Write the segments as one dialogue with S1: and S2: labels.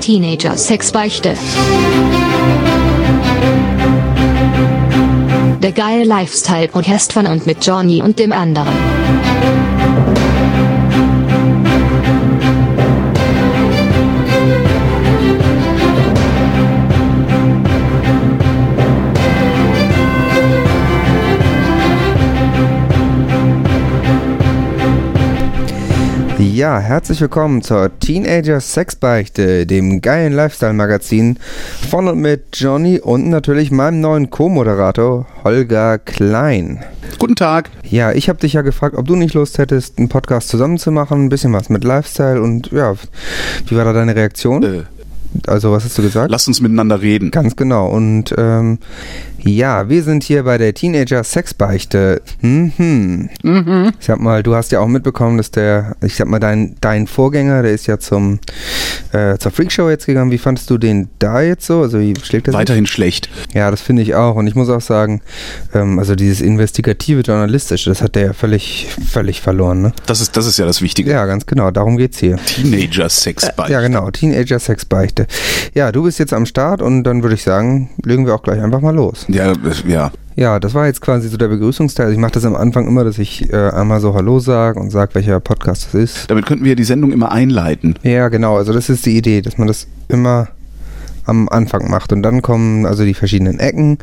S1: Teenager Sexbeichte. Der geile Lifestyle Podcast von und mit Johnny und dem anderen.
S2: Ja, herzlich willkommen zur Teenager Sexbeichte, dem geilen Lifestyle-Magazin von und mit Johnny und natürlich meinem neuen Co-Moderator Holger Klein.
S3: Guten Tag.
S2: Ja, ich habe dich ja gefragt, ob du nicht Lust hättest, einen Podcast zusammen zu machen, ein bisschen was mit Lifestyle und ja, wie war da deine Reaktion?
S3: Äh,
S2: Also, was hast du gesagt?
S3: lasst uns miteinander reden.
S2: Ganz genau. Und ähm, ja, wir sind hier bei der Teenager Sexbeichte. Mhm. Ich sag mal, du hast ja auch mitbekommen, dass der, ich sag mal, dein, dein Vorgänger, der ist ja zum äh, zur Freakshow jetzt gegangen. Wie fandest du den da jetzt so? Also wie schlägt das?
S3: Weiterhin schlecht.
S2: Ja, das finde ich auch. Und ich muss auch sagen, ähm, also dieses investigative Journalistische, das hat der ja völlig, völlig verloren, ne?
S3: Das ist, das ist ja das Wichtige.
S2: Ja, ganz genau. Darum geht's hier.
S3: Teenager-Sex-Beichte.
S2: Ja, genau. Teenager-Sexbeichte. Ja, du bist jetzt am Start und dann würde ich sagen, legen wir auch gleich einfach mal los.
S3: Ja, äh, ja.
S2: Ja, das war jetzt quasi so der Begrüßungsteil. Ich mache das am Anfang immer, dass ich äh, einmal so Hallo sage und sage, welcher Podcast das ist.
S3: Damit könnten wir die Sendung immer einleiten.
S2: Ja, genau. Also das ist die Idee, dass man das immer am Anfang macht und dann kommen also die verschiedenen Ecken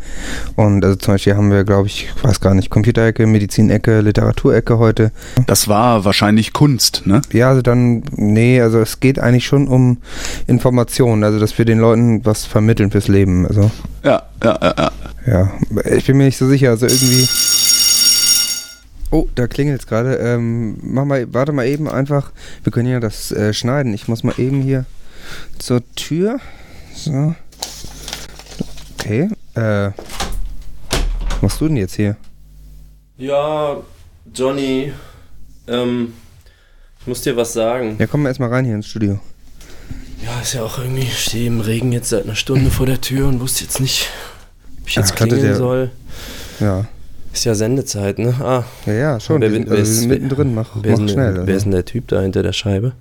S2: und also zum Beispiel haben wir, glaube ich, weiß gar nicht, Computerecke, Medizinecke, Literaturecke heute.
S3: Das war wahrscheinlich Kunst, ne?
S2: Ja, also dann, nee, also es geht eigentlich schon um Informationen, also dass wir den Leuten was vermitteln fürs Leben. Also,
S3: Ja, ja, ja. ja.
S2: ja, ich bin mir nicht so sicher, also irgendwie. Oh, da klingelt's gerade. Ähm, mach mal, warte mal eben einfach. Wir können ja das äh, schneiden. Ich muss mal eben hier zur Tür. So. Okay. Äh. Was machst du denn jetzt hier?
S4: Ja, Johnny, ähm, ich muss dir was sagen.
S2: Ja, komm mal erstmal rein hier ins Studio.
S4: Ja, ist ja auch irgendwie, ich stehe im Regen jetzt seit einer Stunde vor der Tür und wusste jetzt nicht, ob ich jetzt
S2: Ach, hatte
S4: klingeln
S2: Ah, der-
S4: soll.
S2: Ja.
S4: Ist ja Sendezeit, ne? Ah,
S2: Ja, ja, schon.
S4: Wer
S2: wir
S4: bin-
S2: sind, also,
S4: wer
S2: wir
S4: ist-
S2: sind mittendrin. Mach,
S4: wer, ist denn,
S2: mach schnell.
S4: wer ist
S2: Also.
S4: denn der Typ da hinter der Scheibe?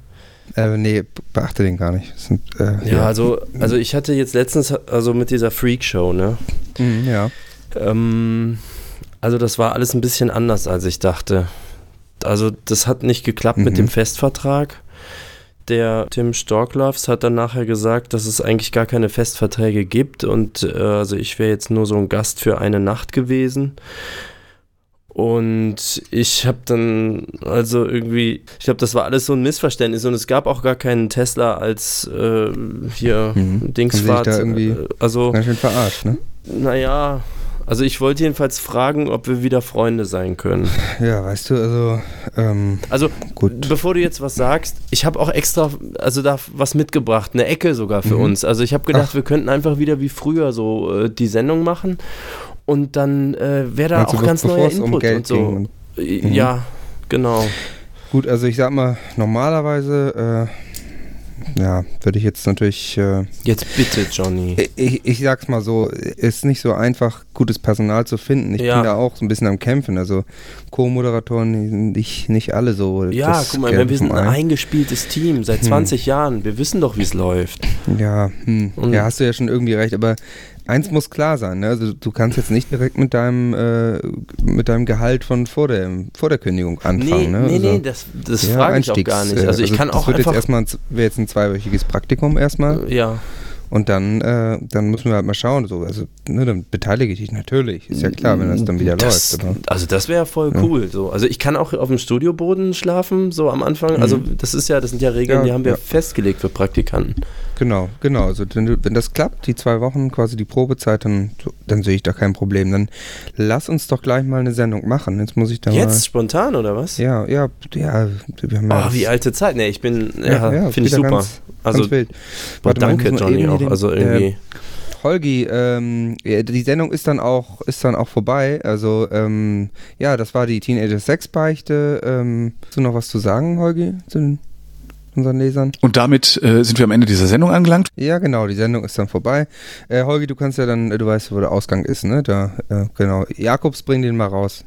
S2: Äh, nee, beachte den gar nicht. Das Sind, äh,
S4: Ja, also, also ich hatte jetzt letztens, also mit dieser Freakshow, ne?
S2: Mhm, ja.
S4: Ähm, also das war alles ein bisschen anders, als ich dachte. Also das hat nicht geklappt
S2: Mhm.
S4: mit dem Festvertrag. Der Tim Storklavs hat dann nachher gesagt, dass es eigentlich gar keine Festverträge gibt und äh, also ich wäre jetzt nur so ein Gast für eine Nacht gewesen. Und ich habe dann, also irgendwie, ich glaube, das war alles so ein Missverständnis und es gab auch gar keinen Tesla als äh, hier
S2: Mhm.
S4: Dingsfahrt.
S2: Haben sie dich da irgendwie-
S4: also,
S2: Ganz schön verarscht, ne?
S4: naja, also ich wollte jedenfalls fragen, ob wir wieder Freunde sein können.
S2: Ja, weißt du, also, ähm,
S4: Also,
S2: Gut.
S4: bevor du jetzt was sagst, ich habe auch extra, also da was mitgebracht, eine Ecke sogar für
S2: Mhm.
S4: uns. Also ich habe gedacht, wir könnten einfach wieder wie früher so äh, die Sendung machen und dann äh, wäre da
S2: meinst du,
S4: auch
S2: be-
S4: ganz neuer
S2: bevor es um
S4: Input und so.
S2: ging.
S4: Äh,
S2: Mhm.
S4: Ja, genau.
S2: Gut, also ich sag mal, normalerweise, äh, ja, würde ich jetzt natürlich, äh,
S4: Jetzt bitte, Johnny.
S2: ich, ich sag's mal so, ist nicht so einfach, gutes Personal zu finden. Ich
S4: Ja.
S2: bin da auch so ein bisschen am Kämpfen. Also Co-Moderatoren, die sind nicht, nicht alle so.
S4: Äh, Ja,
S2: das
S4: guck mal,
S2: Gelbe
S4: wir sind
S2: vom
S4: ein
S2: Ei.
S4: eingespieltes Team
S2: Hm.
S4: seit 20 Jahren. Wir wissen doch, wie es läuft.
S2: Ja, hm.
S4: Und-
S2: ja, hast du ja schon irgendwie recht, aber eins muss klar sein, ne? also du kannst jetzt nicht direkt mit deinem äh, mit deinem Gehalt von vor der vor der Kündigung anfangen,
S4: Nee,
S2: ne?
S4: nee,
S2: also,
S4: nee, das, das frage ich auch gar
S2: Einstiegs-
S4: nicht.
S2: äh,
S4: Also ich kann
S2: das
S4: auch
S2: wird jetzt
S4: einfach. Also
S2: erstmal ein z- wäre jetzt ein zweiwöchiges Praktikum erstmal
S4: ja.
S2: und dann äh, dann müssen wir halt mal schauen, so also ne, dann beteilige ich dich natürlich, ist ja klar, wenn das dann wieder
S4: Das,
S2: läuft. Aber.
S4: also das wäre voll
S2: ne? Ja.
S4: cool. So. Also ich kann auch auf dem Studioboden schlafen, so am Anfang. Also das ist ja, das sind ja Regeln,
S2: Mhm. Ja,
S4: die haben wir
S2: ja.
S4: festgelegt für Praktikanten.
S2: Genau, genau. Also wenn, du- wenn das klappt, die zwei Wochen quasi die Probezeit, dann, dann sehe ich da kein Problem. Dann lass uns doch gleich mal eine Sendung machen. Jetzt muss ich da mal.
S4: Jetzt spontan oder was?
S2: Ja, ja, ja. Wir haben ja
S4: Oh, wie alte Zeit. Ne, ich bin, ja,
S2: Ja, ja,
S4: finde ich
S2: wieder
S4: super.
S2: ganz-
S4: also
S2: ganz wild.
S4: boah,
S2: Warte mal, ich
S4: danke,
S2: muss mal
S4: Johnny,
S2: eben hier
S4: auch.
S2: den-
S4: also irgendwie.
S2: Holgi, ähm, ja, die Sendung ist dann auch, ist dann auch vorbei. Also, ähm, ja, das war die Teenager Sex Beichte. Ähm, hast du noch was zu sagen, Holgi, zu den, unseren Lesern?
S3: Und damit äh, sind wir am Ende dieser Sendung angelangt.
S2: Ja, genau, die Sendung ist dann vorbei. Äh, Holgi, du kannst ja dann, äh, du weißt, wo der Ausgang ist, ne? Da, äh, genau. Jakobs, bring den mal raus.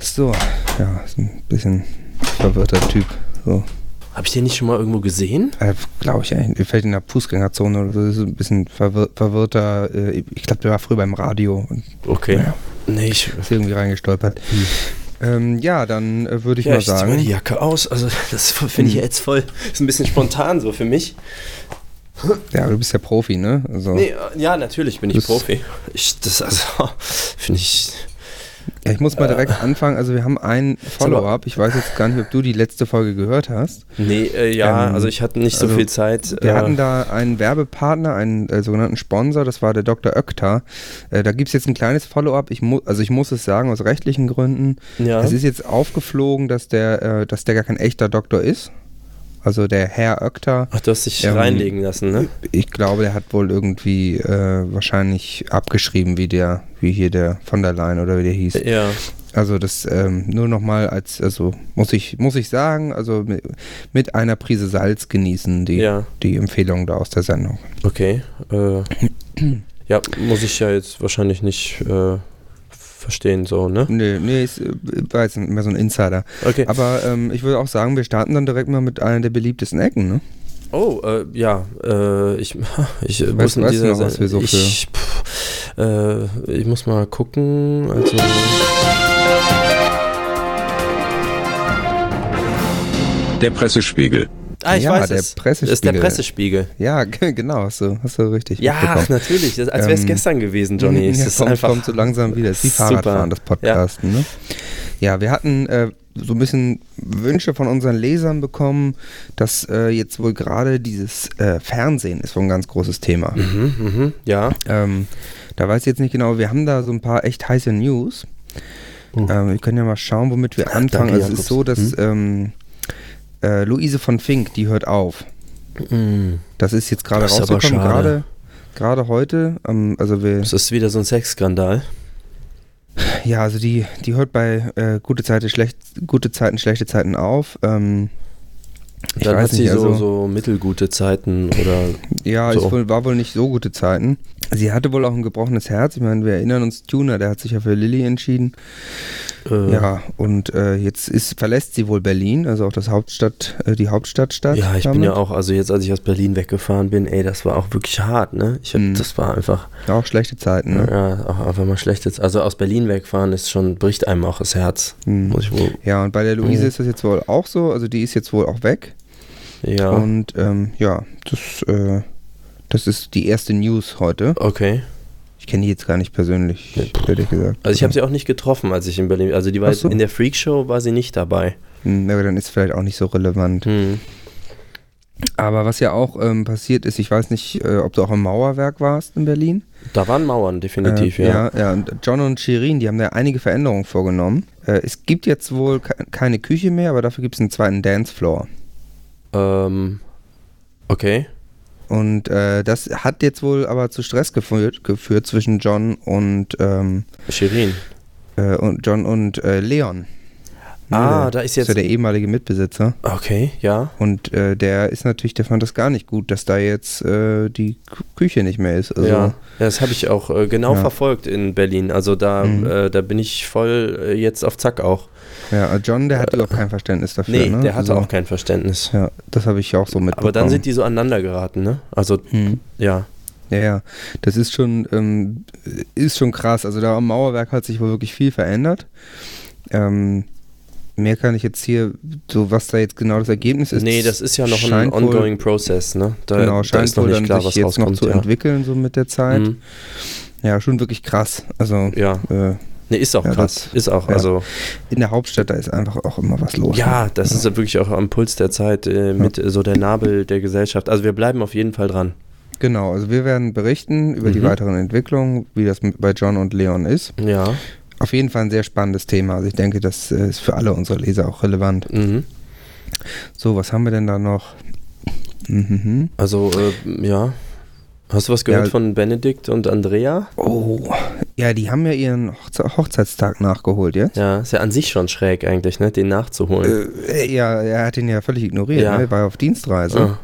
S2: So, ja, ist ein bisschen verwirrter Typ. So.
S4: Habe ich den nicht schon mal irgendwo gesehen?
S2: Äh, glaube ich, eigentlich. vielleicht in der Fußgängerzone oder so. Das ist ein bisschen verwir verwirrter. Äh, ich glaube, der war früher beim Radio und
S4: Okay.
S2: Naja.
S4: Nee, ich.
S2: ist irgendwie reingestolpert. Ähm, ja, dann äh, würde ich
S4: Ja,
S2: mal
S4: ich zieh mal
S2: sagen.
S4: die Jacke aus. Also, das finde ich
S2: Hm.
S4: jetzt voll. Ist ein bisschen spontan so für mich.
S2: Ja, du bist ja Profi, ne? Also,
S4: Nee, äh, ja, natürlich bin ich
S2: Das-
S4: Profi. Ich, das, also, finde ich.
S2: ja, ich muss mal direkt anfangen. Also, wir haben einen
S4: Äh. mal-
S2: Follow-up. Ich weiß jetzt gar nicht, ob du die letzte Folge gehört hast.
S4: Nee, äh, ja,
S2: Ähm,
S4: also ich hatte nicht so
S2: also,
S4: viel Zeit.
S2: Wir
S4: äh,
S2: hatten da einen Werbepartner, einen äh, sogenannten Sponsor, das war der Dr. Öktar. Äh, da gibt es jetzt ein kleines Follow-up. Ich mu- also ich muss es sagen, aus rechtlichen Gründen.
S4: Ja.
S2: Es ist jetzt aufgeflogen, dass der, äh, dass der gar kein echter Doktor ist. Also der Herr Öktar.
S4: Ach, du hast dich
S2: Ähm,
S4: reinlegen lassen, ne?
S2: Ich glaube, der hat wohl irgendwie äh, wahrscheinlich abgeschrieben, wie der, wie hier der von der Leyen oder wie der hieß.
S4: Ja.
S2: Also das ähm, nur nochmal als, also muss ich, muss ich sagen, also mit, mit einer Prise Salz genießen, die,
S4: Ja.
S2: die Empfehlung da aus der Sendung.
S4: Okay. Äh, ja, muss ich ja jetzt wahrscheinlich nicht äh, verstehen, so, ne?
S2: Nee, nee, ist, äh, war jetzt mehr so ein Insider.
S4: Okay.
S2: Aber ähm, ich würde auch sagen, wir starten dann direkt mal mit einer der beliebtesten Ecken, ne?
S4: Oh, äh, ja, äh, ich, ich äh,
S2: Weißt-
S4: muss in
S2: weißt du
S4: dieser
S2: noch, was wir so
S4: ich, pff, äh, ich muss mal gucken, also
S5: Der Pressespiegel.
S4: Ah, ich
S2: Ja,
S4: weiß
S2: der
S4: es.
S2: Pressespiegel.
S4: Das ist der Pressespiegel.
S2: Ja, g- genau, hast du, hast du richtig
S4: Ja, ach,
S2: mitbekommen.
S4: natürlich, das, als wäre es
S2: Ähm,
S4: gestern gewesen, Johnny. Es
S2: Ja,
S4: ist
S2: kommt,
S4: einfach
S2: kommt so langsam wieder. Es ist Wie
S4: Super.
S2: Fahrradfahren, das Podcasten. Ne? Ja, wir hatten äh, so ein bisschen Wünsche von unseren Lesern bekommen, dass äh, jetzt wohl gerade dieses äh, Fernsehen ist wohl ein ganz großes Thema.
S4: Mhm, mhm, ja.
S2: Ähm, da weiß ich jetzt nicht genau, wir haben da so ein paar echt heiße News. Ähm, wir können ja mal schauen, womit wir anfangen.
S4: Oh. danke,
S2: also es
S4: Jakobs. Hm?
S2: ist so, dass ähm, äh, Luise von Fink, die hört auf.
S4: Mhm.
S2: Das ist jetzt gerade
S4: Das ist aber
S2: rausgekommen,
S4: schade.
S2: gerade gerade heute. Ähm, also wir
S4: Das ist wieder so ein Sexskandal.
S2: Ja, also die, die hört bei äh, gute, Zeiten, schlecht, gute Zeiten, schlechte Zeiten auf. Ähm, ich
S4: Dann
S2: weiß
S4: hat sie
S2: nicht, also,
S4: so, so mittelgute Zeiten oder
S2: ja,
S4: so.
S2: es wohl, war wohl nicht so gute Zeiten. Sie hatte wohl auch ein gebrochenes Herz. Ich meine, wir erinnern uns, Tuna, der hat sich ja für Lilly entschieden.
S4: äh,
S2: Ja, und äh, jetzt ist, verlässt sie wohl Berlin, also auch das Hauptstadt, äh, die Hauptstadtstadt.
S4: Ja, ich
S2: damit.
S4: bin ja auch, also jetzt, als ich aus Berlin weggefahren bin, ey, das war auch wirklich hart, ne? Ich hab,
S2: Mhm.
S4: Das war einfach,
S2: Auch schlechte Zeiten, ne?
S4: ja, auch einfach mal schlecht jetzt. Also aus Berlin wegfahren ist schon, bricht einem auch das Herz.
S2: Mhm.
S4: Muss ich wohl,
S2: Ja, und bei der Luise
S4: Mhm.
S2: ist das jetzt wohl auch so. Also die ist jetzt wohl auch weg.
S4: ja.
S2: Und ähm, ja, das, äh, das ist die erste News heute.
S4: okay.
S2: Ich kenne die jetzt gar nicht persönlich,
S4: Nee.
S2: ehrlich gesagt.
S4: Also ich habe sie auch nicht getroffen, als ich in Berlin, also die war
S2: Ach so.
S4: jetzt in der Freakshow, war sie nicht dabei.
S2: Hm, Aber dann ist vielleicht auch nicht so relevant.
S4: Hm.
S2: Aber was ja auch ähm, passiert ist, ich weiß nicht, äh, ob du auch im Mauerwerk warst in Berlin.
S4: Da waren Mauern, definitiv,
S2: äh,
S4: ja.
S2: ja. Ja, und John und Shirin, die haben da einige Veränderungen vorgenommen. Äh, es gibt jetzt wohl ke keine Küche mehr, aber dafür gibt es einen zweiten Dancefloor.
S4: Ähm, okay.
S2: Und äh, das hat jetzt wohl aber zu Stress geführt, geführt zwischen John und, ähm,
S4: Shirin.
S2: äh, und John und äh, Leon. Ne,
S4: Ah,
S2: der,
S4: da ist
S2: ist ja
S4: jetzt.
S2: der ehemalige Mitbesitzer.
S4: Okay, ja.
S2: Und äh, der ist natürlich, der fand das gar nicht gut, dass da jetzt äh, die K Küche nicht mehr ist. Also,
S4: ja, ja, das habe ich auch äh, genau
S2: Ja.
S4: verfolgt in Berlin. Also da,
S2: Mhm.
S4: äh, da bin ich voll äh, jetzt auf Zack auch.
S2: Ja, also John, der hatte überhaupt kein Verständnis dafür.
S4: Nee,
S2: ne?
S4: der hatte
S2: also,
S4: auch kein Verständnis.
S2: Ja, das habe ich auch so mitbekommen.
S4: Aber dann sind die so aneinander geraten, ne? Also,
S2: Hm.
S4: ja.
S2: Ja, ja, das ist schon, ähm, ist schon krass. Also da am Mauerwerk hat sich wohl wirklich viel verändert. Ähm, mehr kann ich jetzt hier, so was da jetzt genau das Ergebnis ist.
S4: nee, das ist ja noch ein
S2: scheint wohl-
S4: ongoing process, ne? Da,
S2: genau,
S4: da
S2: scheint
S4: ist noch
S2: wohl
S4: nicht
S2: dann
S4: klar,
S2: sich
S4: was
S2: jetzt noch
S4: rauskommt.
S2: zu
S4: Ja.
S2: entwickeln, so mit der Zeit.
S4: Mhm.
S2: Ja, schon wirklich krass. Also
S4: ja.
S2: äh,
S4: Nee, ist auch
S2: Ja,
S4: krass.
S2: das-
S4: Ist auch,
S2: ja.
S4: also.
S2: in der Hauptstadt, da ist einfach auch immer was los. ne?
S4: Ja, das ist ja wirklich auch am Puls der Zeit äh, mit äh, so der Nabel der Gesellschaft. Also wir bleiben auf jeden Fall dran.
S2: Genau, also wir werden berichten über die
S4: Mhm.
S2: weiteren Entwicklungen, wie das mit- bei John und Leon ist.
S4: Ja.
S2: Auf jeden Fall ein sehr spannendes Thema. Also ich denke, das äh, ist für alle unsere Leser auch relevant.
S4: Mhm.
S2: So, was haben wir denn da noch? Mhm.
S4: Also, äh, ja. Hast du was gehört
S2: Ja.
S4: von Benedikt und Andrea?
S2: Oh, ja, die haben ja ihren Hochze Hochzeitstag nachgeholt, jetzt.
S4: Ja, ist ja an sich schon schräg eigentlich, ne? Den nachzuholen.
S2: Äh, äh, ja, er hat ihn ja völlig ignoriert,
S4: Ja.
S2: ne? er war ja auf Dienstreise.
S4: Ah.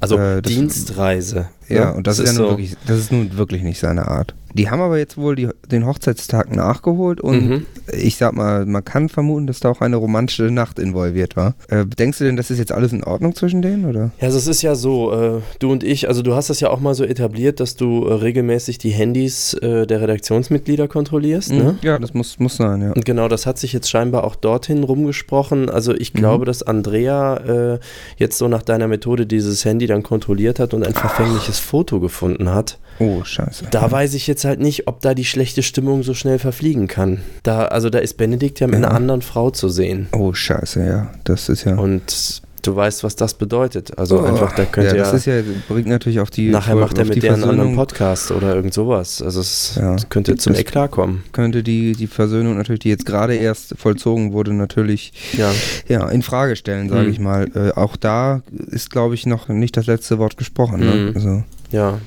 S4: Also
S2: Äh, das-
S4: Dienstreise.
S2: Ja,
S4: ne?
S2: und das, ist, ja nun wirklich, das ist nun wirklich nicht seine Art. Die haben aber jetzt wohl die, den Hochzeitstag nachgeholt und
S4: Mhm.
S2: ich sag mal, man kann vermuten, dass da auch eine romantische Nacht involviert war. Äh, denkst du denn, das ist jetzt alles in Ordnung zwischen denen, oder?
S4: Ja, also es ist ja so, äh, du und ich, also du hast das ja auch mal so etabliert, dass du äh, regelmäßig die Handys äh, der Redaktionsmitglieder kontrollierst, ne?
S2: Ja, das muss, muss sein, ja.
S4: Und genau, das hat sich jetzt scheinbar auch dorthin rumgesprochen. Also ich glaube, dass Andrea äh, jetzt so nach deiner Methode dieses Handy dann kontrolliert hat und ein verfängliches Foto gefunden hat.
S2: Oh, scheiße.
S4: Da weiß ich jetzt halt nicht, ob da die schlechte Stimmung so schnell verfliegen kann. Da, also da ist Benedikt ja mit einer anderen Frau zu sehen.
S2: Oh, scheiße, ja. Das ist ja.
S4: Und du weißt, was das bedeutet. Also
S2: oh,
S4: Oh, einfach, da
S2: ja,
S4: könnte
S2: das
S4: ja,
S2: ist ja, bringt natürlich auf die.
S4: nachher macht er
S2: auf
S4: mit
S2: die
S4: der einen anderen
S2: Versöhnung-
S4: Podcast oder irgend sowas. Also es
S2: Ja.
S4: könnte zum
S2: Das-
S4: Eklat kommen.
S2: Könnte die, die Versöhnung natürlich, die jetzt gerade erst vollzogen wurde, natürlich
S4: Ja.
S2: ja, in Frage stellen, sage
S4: Mhm.
S2: ich mal. Äh, auch da ist, glaube ich, noch nicht das letzte Wort gesprochen. Ne?
S4: Mhm.
S2: Also,
S4: Ja.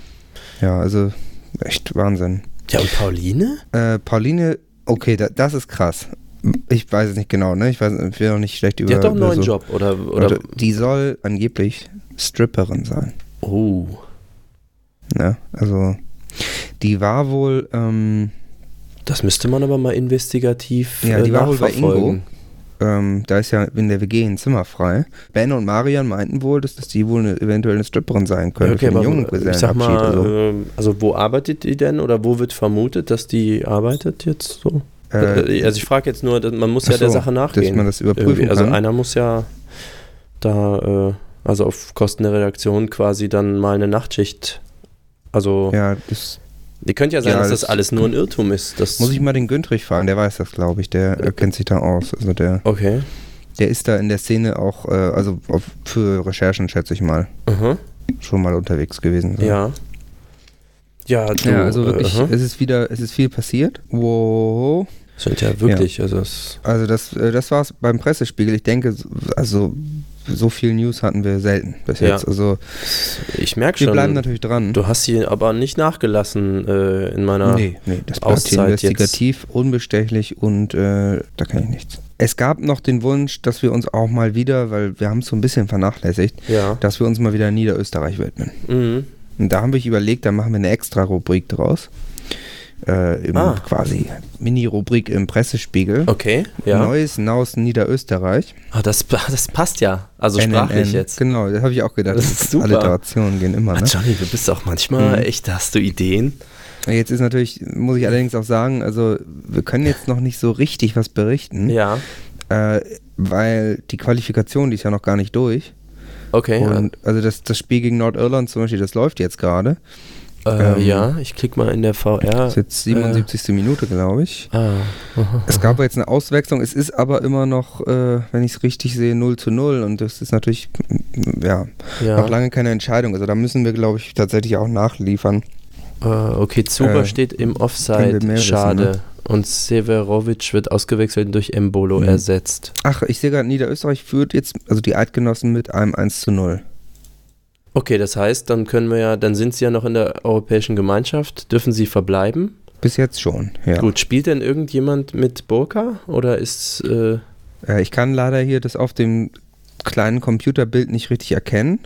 S2: ja, also echt Wahnsinn.
S4: Ja, und Pauline?
S2: Äh, Pauline, okay, da, das ist krass. Ich weiß es nicht genau, ne? Ich weiß, ich will auch nicht schlecht über.
S4: Die hat doch einen
S2: über
S4: neuen
S2: so-
S4: Job oder, oder
S2: also- Warte, Die soll angeblich Stripperin sein.
S4: Oh.
S2: Ne? Also, die war wohl, ähm,
S4: Das müsste man aber mal investigativ
S2: Ja, die
S4: äh,
S2: war wohl bei
S4: nachverfolgen.
S2: ähm, da ist ja in der WG ein Zimmer frei. Ben und Marian meinten wohl, dass, dass die wohl eine, eventuell eine Stripperin sein
S4: Ja,
S2: könnte für den
S4: ich sag
S2: Junggesellenabschied.
S4: mal,
S2: also,
S4: ähm, also wo arbeitet die denn oder wo wird vermutet, dass die arbeitet jetzt so? Äh, also ich frage jetzt nur, dass- man muss ja
S2: ach
S4: der
S2: so,
S4: Sache
S2: dass man
S4: nachgehen.
S2: das überprüfen
S4: Irgendwie, also
S2: kann.
S4: einer muss ja da, äh, also auf Kosten der Redaktion quasi dann mal eine Nachtschicht. Also,
S2: ja, das
S4: ihr könnt ja sein,
S2: Ja,
S4: dass das
S2: das-
S4: alles nur ein Irrtum ist. Das
S2: muss ich mal den Güntrich fragen, der weiß das, glaube ich, der äh, kennt sich da aus. Also der,
S4: Okay.
S2: der ist da in der Szene auch, äh, also auf, für Recherchen, schätze ich mal,
S4: Aha.
S2: schon mal unterwegs gewesen. sein.
S4: Ja. Ja, du, äh,
S2: Ja, also wirklich,
S4: aha.
S2: es ist wieder, es ist viel passiert. Wow.
S4: sind ja wirklich, also es,
S2: Also das, äh, das war's beim Pressespiegel. Ich denke, so- also so viel News hatten wir selten bis
S4: Ja.
S2: jetzt. Also
S4: ich merke schon.
S2: wir bleiben natürlich dran.
S4: Du hast sie aber nicht nachgelassen äh, in meiner.
S2: Nee, nee, das bleibt hier
S4: Auszeit jetzt.
S2: investigativ, unbestechlich und äh, da kann ich nichts. Es gab noch den Wunsch, dass wir uns auch mal wieder, weil wir haben es so ein bisschen vernachlässigt,
S4: Ja.
S2: dass wir uns mal wieder Niederösterreich widmen.
S4: Mhm.
S2: Und da habe ich überlegt, da machen wir eine extra Rubrik draus. Äh, im
S4: Ah.
S2: Quasi Mini-Rubrik im Pressespiegel.
S4: Okay, ja.
S2: Neues Naus Niederösterreich.
S4: Ah, das, das passt ja. Also
S2: NNN.
S4: sprachlich jetzt.
S2: Genau, das habe ich auch gedacht.
S4: Das ist super.
S2: Alliterationen gehen immer,
S4: Ah,
S2: ne?
S4: Johnny, du bist auch manchmal
S2: Mhm.
S4: echt, da hast du Ideen.
S2: Jetzt ist natürlich, muss ich allerdings auch sagen, also wir können jetzt noch nicht so richtig was berichten,
S4: Ja.
S2: äh, weil die Qualifikation, die ist ja noch gar nicht durch.
S4: Okay.
S2: Und also das, das Spiel gegen Nordirland zum Beispiel, das läuft jetzt gerade.
S4: äh,
S2: ähm,
S4: ja, ich klick mal in der VR.
S2: Das ist jetzt 77. Minute, glaube ich.
S4: Äh, ah. aha.
S2: Es gab jetzt eine Auswechslung, es ist aber immer noch, äh, wenn ich es richtig sehe, 0 zu 0 und das ist natürlich, mm, ja,
S4: Ja.
S2: noch lange keine Entscheidung. Also da müssen wir, glaube ich, tatsächlich auch nachliefern.
S4: Äh, okay, Zuber
S2: Äh,
S4: steht im
S2: können wir mehr
S4: Offside.
S2: wissen,
S4: Schade.
S2: ne?
S4: Und Severovic wird ausgewechselt durch Embolo
S2: Mhm.
S4: ersetzt.
S2: Ach, ich sehe gerade, Niederösterreich führt jetzt, also die Eidgenossen mit einem 1 zu 0.
S4: Okay, das heißt, dann können wir ja, dann sind sie ja noch in der Europäischen Gemeinschaft. Dürfen sie verbleiben?
S2: Bis jetzt schon, ja.
S4: Gut, spielt denn irgendjemand mit Burka oder ist äh,
S2: Äh, ich kann leider hier das auf dem kleinen Computerbild nicht richtig erkennen.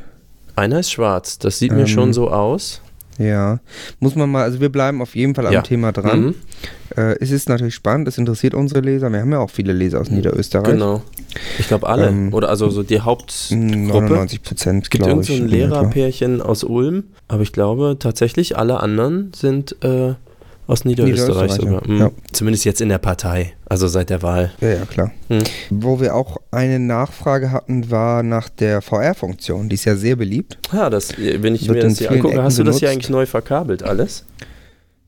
S4: einer ist schwarz? Das sieht mir
S2: Ähm,
S4: schon so aus.
S2: Ja, muss man mal, also wir bleiben auf jeden Fall am
S4: Ja.
S2: Thema dran.
S4: Mhm,
S2: Äh, es ist natürlich spannend, es interessiert unsere Leser. Wir haben ja auch viele Leser aus Niederösterreich.
S4: genau. Ich glaube alle
S2: Ähm,
S4: oder also so die Hauptgruppe.
S2: 99 Prozent,
S4: Es gibt
S2: glaube
S4: irgend
S2: ich.
S4: so ein
S2: in etwa.
S4: Lehrerpärchen aus Ulm, aber ich glaube tatsächlich alle anderen sind äh, aus
S2: Niederösterreich,
S4: Niederösterreich, sogar.
S2: ja.
S4: Mhm.
S2: Ja.
S4: Zumindest jetzt in der Partei, also seit der Wahl.
S2: Ja, ja, klar.
S4: Mhm.
S2: Wo wir auch eine Nachfrage hatten, war nach der VR-Funktion. Die ist ja sehr beliebt.
S4: Ja, das, wenn ich
S2: Wird
S4: mir
S2: in
S4: das hier
S2: vielen
S4: angucke, hast du
S2: Ecken
S4: das hier
S2: benutzt.
S4: eigentlich neu verkabelt alles?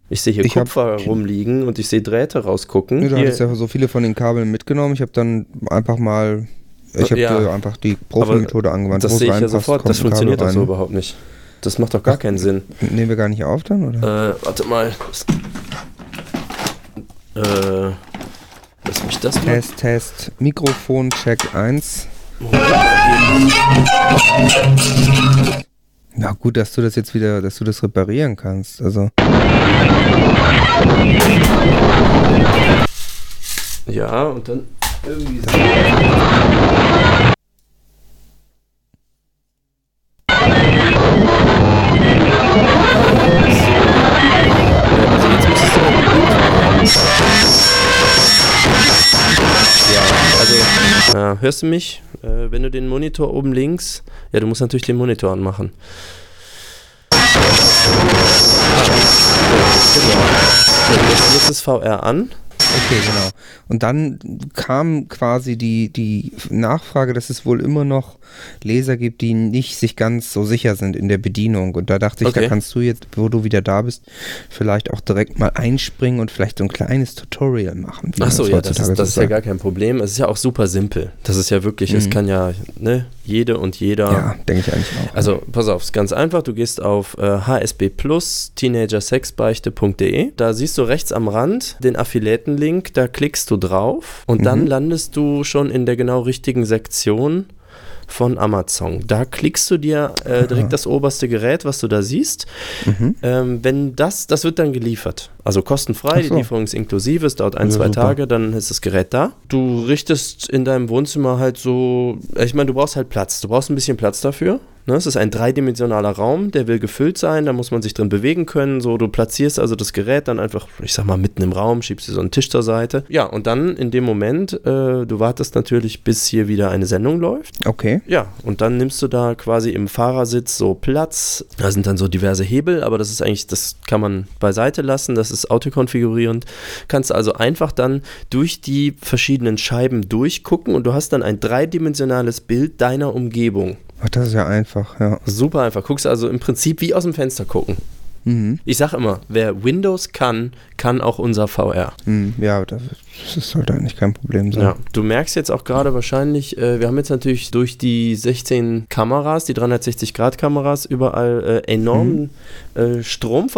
S4: Ich sehe hier
S2: Ich hab-
S4: Kupfer rumliegen und ich sehe Drähte rausgucken.
S2: Du
S4: Hier-
S2: hattest ja so viele von den Kabeln mitgenommen. Ich habe dann einfach mal, ich habe
S4: Ja.
S2: einfach die Profi-Methode angewandt. wo
S4: Das
S2: es
S4: sehe ich ja
S2: reinpasst,
S4: sofort,
S2: kommt
S4: das
S2: ein Kabel
S4: funktioniert doch
S2: rein.
S4: so überhaupt nicht. Das macht doch gar keinen Sinn.
S2: Nehmen wir gar nicht auf dann, oder?
S4: Äh, warte mal. Äh, lass mich das mal.
S2: Test, Test, Mikrofon, Check 1. Na gut, dass du das jetzt wieder, dass du das reparieren kannst. Also,
S4: Ja, und dann irgendwie so. also, Ja, hörst du mich? Äh, wenn du den Monitor oben links. Ja, du musst natürlich den Monitor anmachen. So, jetzt, jetzt ist VR an.
S2: Okay, genau. Und dann kam quasi die, die Nachfrage, dass es wohl immer noch Leser gibt, die nicht sich ganz so sicher sind in der Bedienung. Und da dachte ich, da
S4: Okay.
S2: kannst du jetzt, wo du wieder da bist, vielleicht auch direkt mal einspringen und vielleicht so ein kleines Tutorial machen. wie man
S4: Achso, ja, das
S2: heutzutage
S4: ist, das ist
S2: so
S4: ja
S2: sagt.
S4: gar kein Problem. Es ist ja auch super simpel. Das ist ja wirklich, es
S2: Mhm.
S4: kann ja ne, jede und jeder.
S2: Ja, denke ich eigentlich auch.
S4: Also pass auf, ist ganz einfach. Du gehst auf äh, hsb plus teenagersexbeichte.de. E. Da siehst du rechts am Rand den Affiliaten-Link. Da klickst du drauf und dann landest du schon in der genau richtigen Sektion von Amazon. Da klickst du dir äh, direkt das oberste Gerät, was du da siehst.
S2: Mhm.
S4: Ähm, wenn das, das wird dann geliefert. Also kostenfrei,
S2: Ach so.
S4: die Lieferung ist inklusive, es dauert ein,
S2: Ja,
S4: zwei
S2: super.
S4: Tage, dann ist das Gerät da. Du richtest in deinem Wohnzimmer halt so, ich meine, du brauchst halt Platz. Du brauchst ein bisschen Platz dafür. Ne? Es ist ein dreidimensionaler Raum, der will gefüllt sein, da muss man sich drin bewegen können. So, du platzierst also das Gerät dann einfach, ich sag mal, mitten im Raum, schiebst dir so einen Tisch zur Seite. Ja, und dann in dem Moment, äh, du wartest natürlich, bis hier wieder eine Sendung läuft.
S2: okay.
S4: Ja, und dann nimmst du da quasi im Fahrersitz so Platz. Da sind dann so diverse Hebel, aber das ist eigentlich, das kann man beiseite lassen, das ist autokonfigurierend. Kannst also einfach dann durch die verschiedenen Scheiben durchgucken und du hast dann ein dreidimensionales Bild deiner Umgebung.
S2: Ach, das ist ja einfach, ja.
S4: Super einfach. Guckst also im Prinzip wie aus dem Fenster gucken.
S2: Mhm.
S4: Ich sag immer, wer Windows kann, kann auch unser VR.
S2: Mhm. Ja, das, das sollte eigentlich kein Problem sein.
S4: Ja, du merkst jetzt auch gerade wahrscheinlich, äh, wir haben jetzt natürlich durch die 16 Kameras, die 360-Grad-Kameras, überall äh, enormen äh,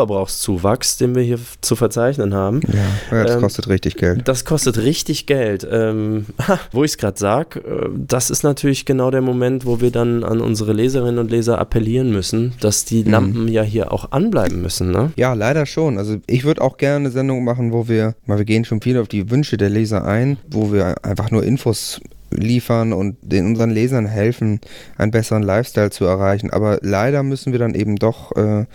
S4: Stromverbrauchszuwachs, den wir hier f- zu verzeichnen haben.
S2: Ja, ja das
S4: Ähm,
S2: kostet richtig Geld.
S4: Das kostet richtig Geld. Ähm, wo ich es gerade sage, äh, das ist natürlich genau der Moment, wo wir dann an unsere Leserinnen und Leser appellieren müssen, dass die Lampen ja hier auch anbleiben müssen. Ne?
S2: Ja, leider schon. Also ich würde auch gerne eine Sendung machen, wo wir, weil wir gehen schon viel auf die Wünsche der Leser ein, wo wir einfach nur Infos liefern und den unseren Lesern helfen, einen besseren Lifestyle zu erreichen. Aber leider müssen wir dann eben doch äh,